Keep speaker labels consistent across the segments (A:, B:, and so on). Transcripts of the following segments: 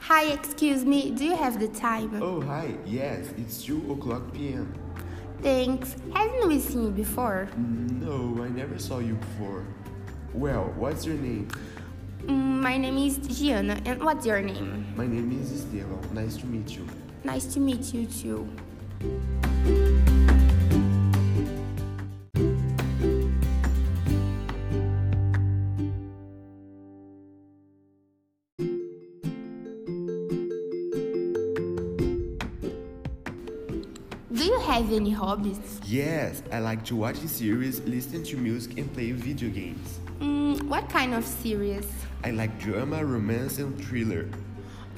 A: Hi, excuse me, do you have the time?
B: Oh, hi. Yes, it's 2 o'clock p.m.
A: Thanks. Haven't we seen you before?
B: No, I never saw you before. Well, what's your name?
A: Mm, my name is Gianna, and what's your name?
B: My name is Esteban. Nice to meet you.
A: Nice to meet you too. Do you have any hobbies?
B: Yes, I like to watch series, listen to music, and play video games.
A: Mm, what kind of series?
B: I like drama, romance, and thriller.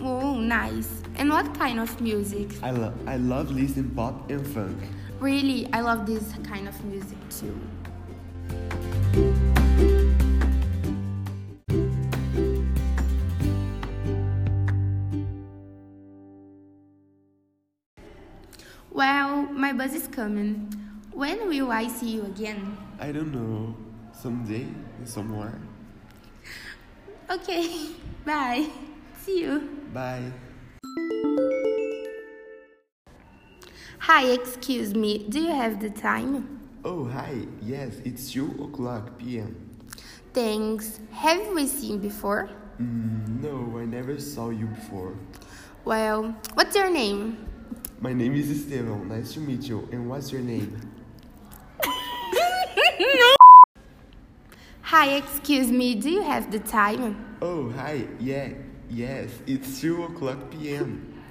A: Oh, nice. And what kind of music?
B: I, lo- I love listening pop and funk.
A: Really, I love this kind of music too. Well, my bus is coming. When will I see you again?
B: I don't know, someday, somewhere.
A: Okay, bye. See you.
B: Bye.
A: Hi, excuse me. Do you have the time?
B: Oh, hi. Yes, it's 2 o'clock p.m.
A: Thanks. Have we seen before?
B: Mm, no, I never saw you before.
A: Well, what's your name?
B: My name is Esteban. Nice to meet you. And what's your name?
A: Hi, excuse me. Do you have the time?
B: Oh, hi. Yeah. Yes, it's 2 o'clock p.m.